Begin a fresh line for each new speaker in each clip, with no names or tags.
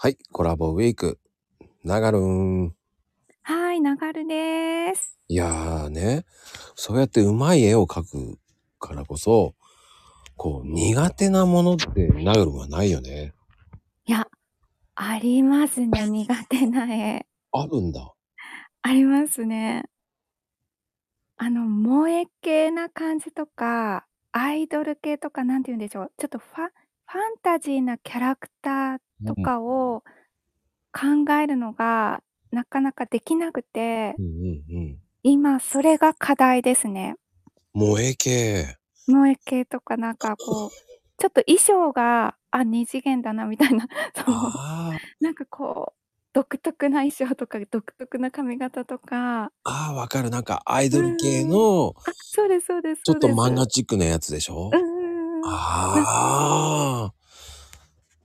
はい、コラボウィーク、ながるん。
はい、ながるです。
いやーね、そうやってうまい絵を描くからこそ、こう、苦手なものってながるんはないよね。
いや、ありますね、苦手な絵。
あるんだ。
ありますね。あの、萌え系な感じとか、アイドル系とか、なんて言うんでしょう、ちょっとファファンタジーなキャラクター
う
と
ん。
かを考えるのがなかなかできなくて、
うんうんうん。
今それが課題ですね。
萌え 系。
萌え系とかなんかこう、ちょっと衣装が、あ、2次元だなみたいな、そう、
ああ、
なんかこう、独特な衣装とか、独特な髪型とか、
ああ、わかる。なんかアイ
う
ドル系
んうん。
の、
あ、そうですそうです
ちょ
そ
っ
う
と
で
漫
す。
画チックなやつでし
う
ょ
んうんうんうん。なん
ああ、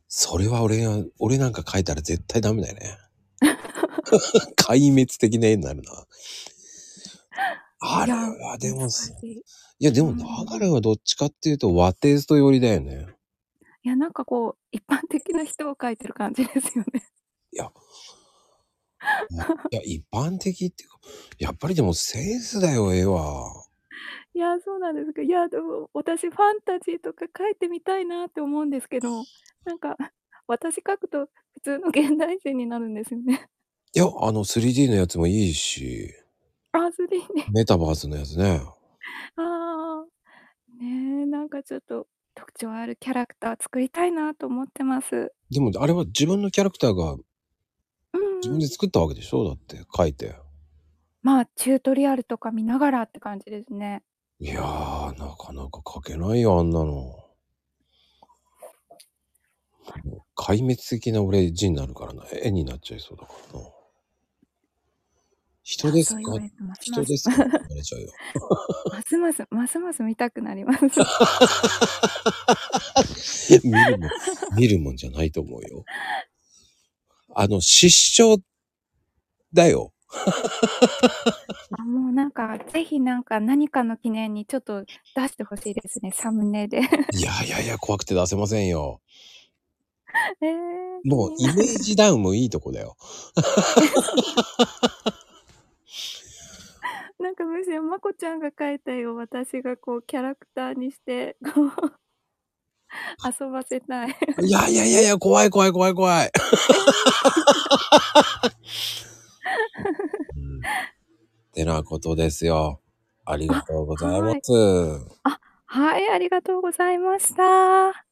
それは俺が、俺なんか描いたら絶対ダメだよね。壊滅的な絵になるな。あ
い
れ
や、
はで
難
もす、
しい。
いやで
う
も、
ん。
流れはどっちかっていうと和テイスト寄りだよね。
いや、なんかこう、一般的な人を描いてる感じですよね。
いや、もういや一般的っていうか、やっぱりでもセンスだよ、絵は。
いや、そうなんですけど、いや、でも私ファンタジーとか描いてみたいなって思うんですけど、なんか、私描くと普通の現代人になるんですよね。
いや、あの 3D のやつもいいし、
あ、それいいね。
メタバースのやつね。
ああ、ねえ、なんかちょっと特徴あるキャラクター作りたいなと思ってます。
でもあれは自分のキャラクターが
う
自
んう
分
ん。
で作ったわけでしょだって書いて。
まあ、チュートリアルとか見ながらって感じですね。
いやー、なかなか書けないよ、あんなの。壊滅的な俺字になるからな。絵になっちゃいそうだからな。
い
人
や、
で
そ
す
う言
か
われるとますま
人
す。
ですかって言われちゃうよ。
ますます、ますます見たくなります。
見るもん、見るもんじゃないと思うよ。あの、失笑だよ。
あ、もうなんか、ぜひなんか何かの記念にちょっと出してほしいですね、サムネで。
いやいやいや、怖くて出せませんよ。
えー、気
もう
にな
イメー
る。
ジダウンもいいとこだよ。
なんかむしろまこちゃんが描いた絵を私がこうキャラクターにして、こう遊ばせたい。
いやいやいやいや、怖い怖い怖い怖い。
えー、
うん、ってなことですよ。ありが
あ、
とうございま
はい。
す。
あ、はい、ありがとうございました。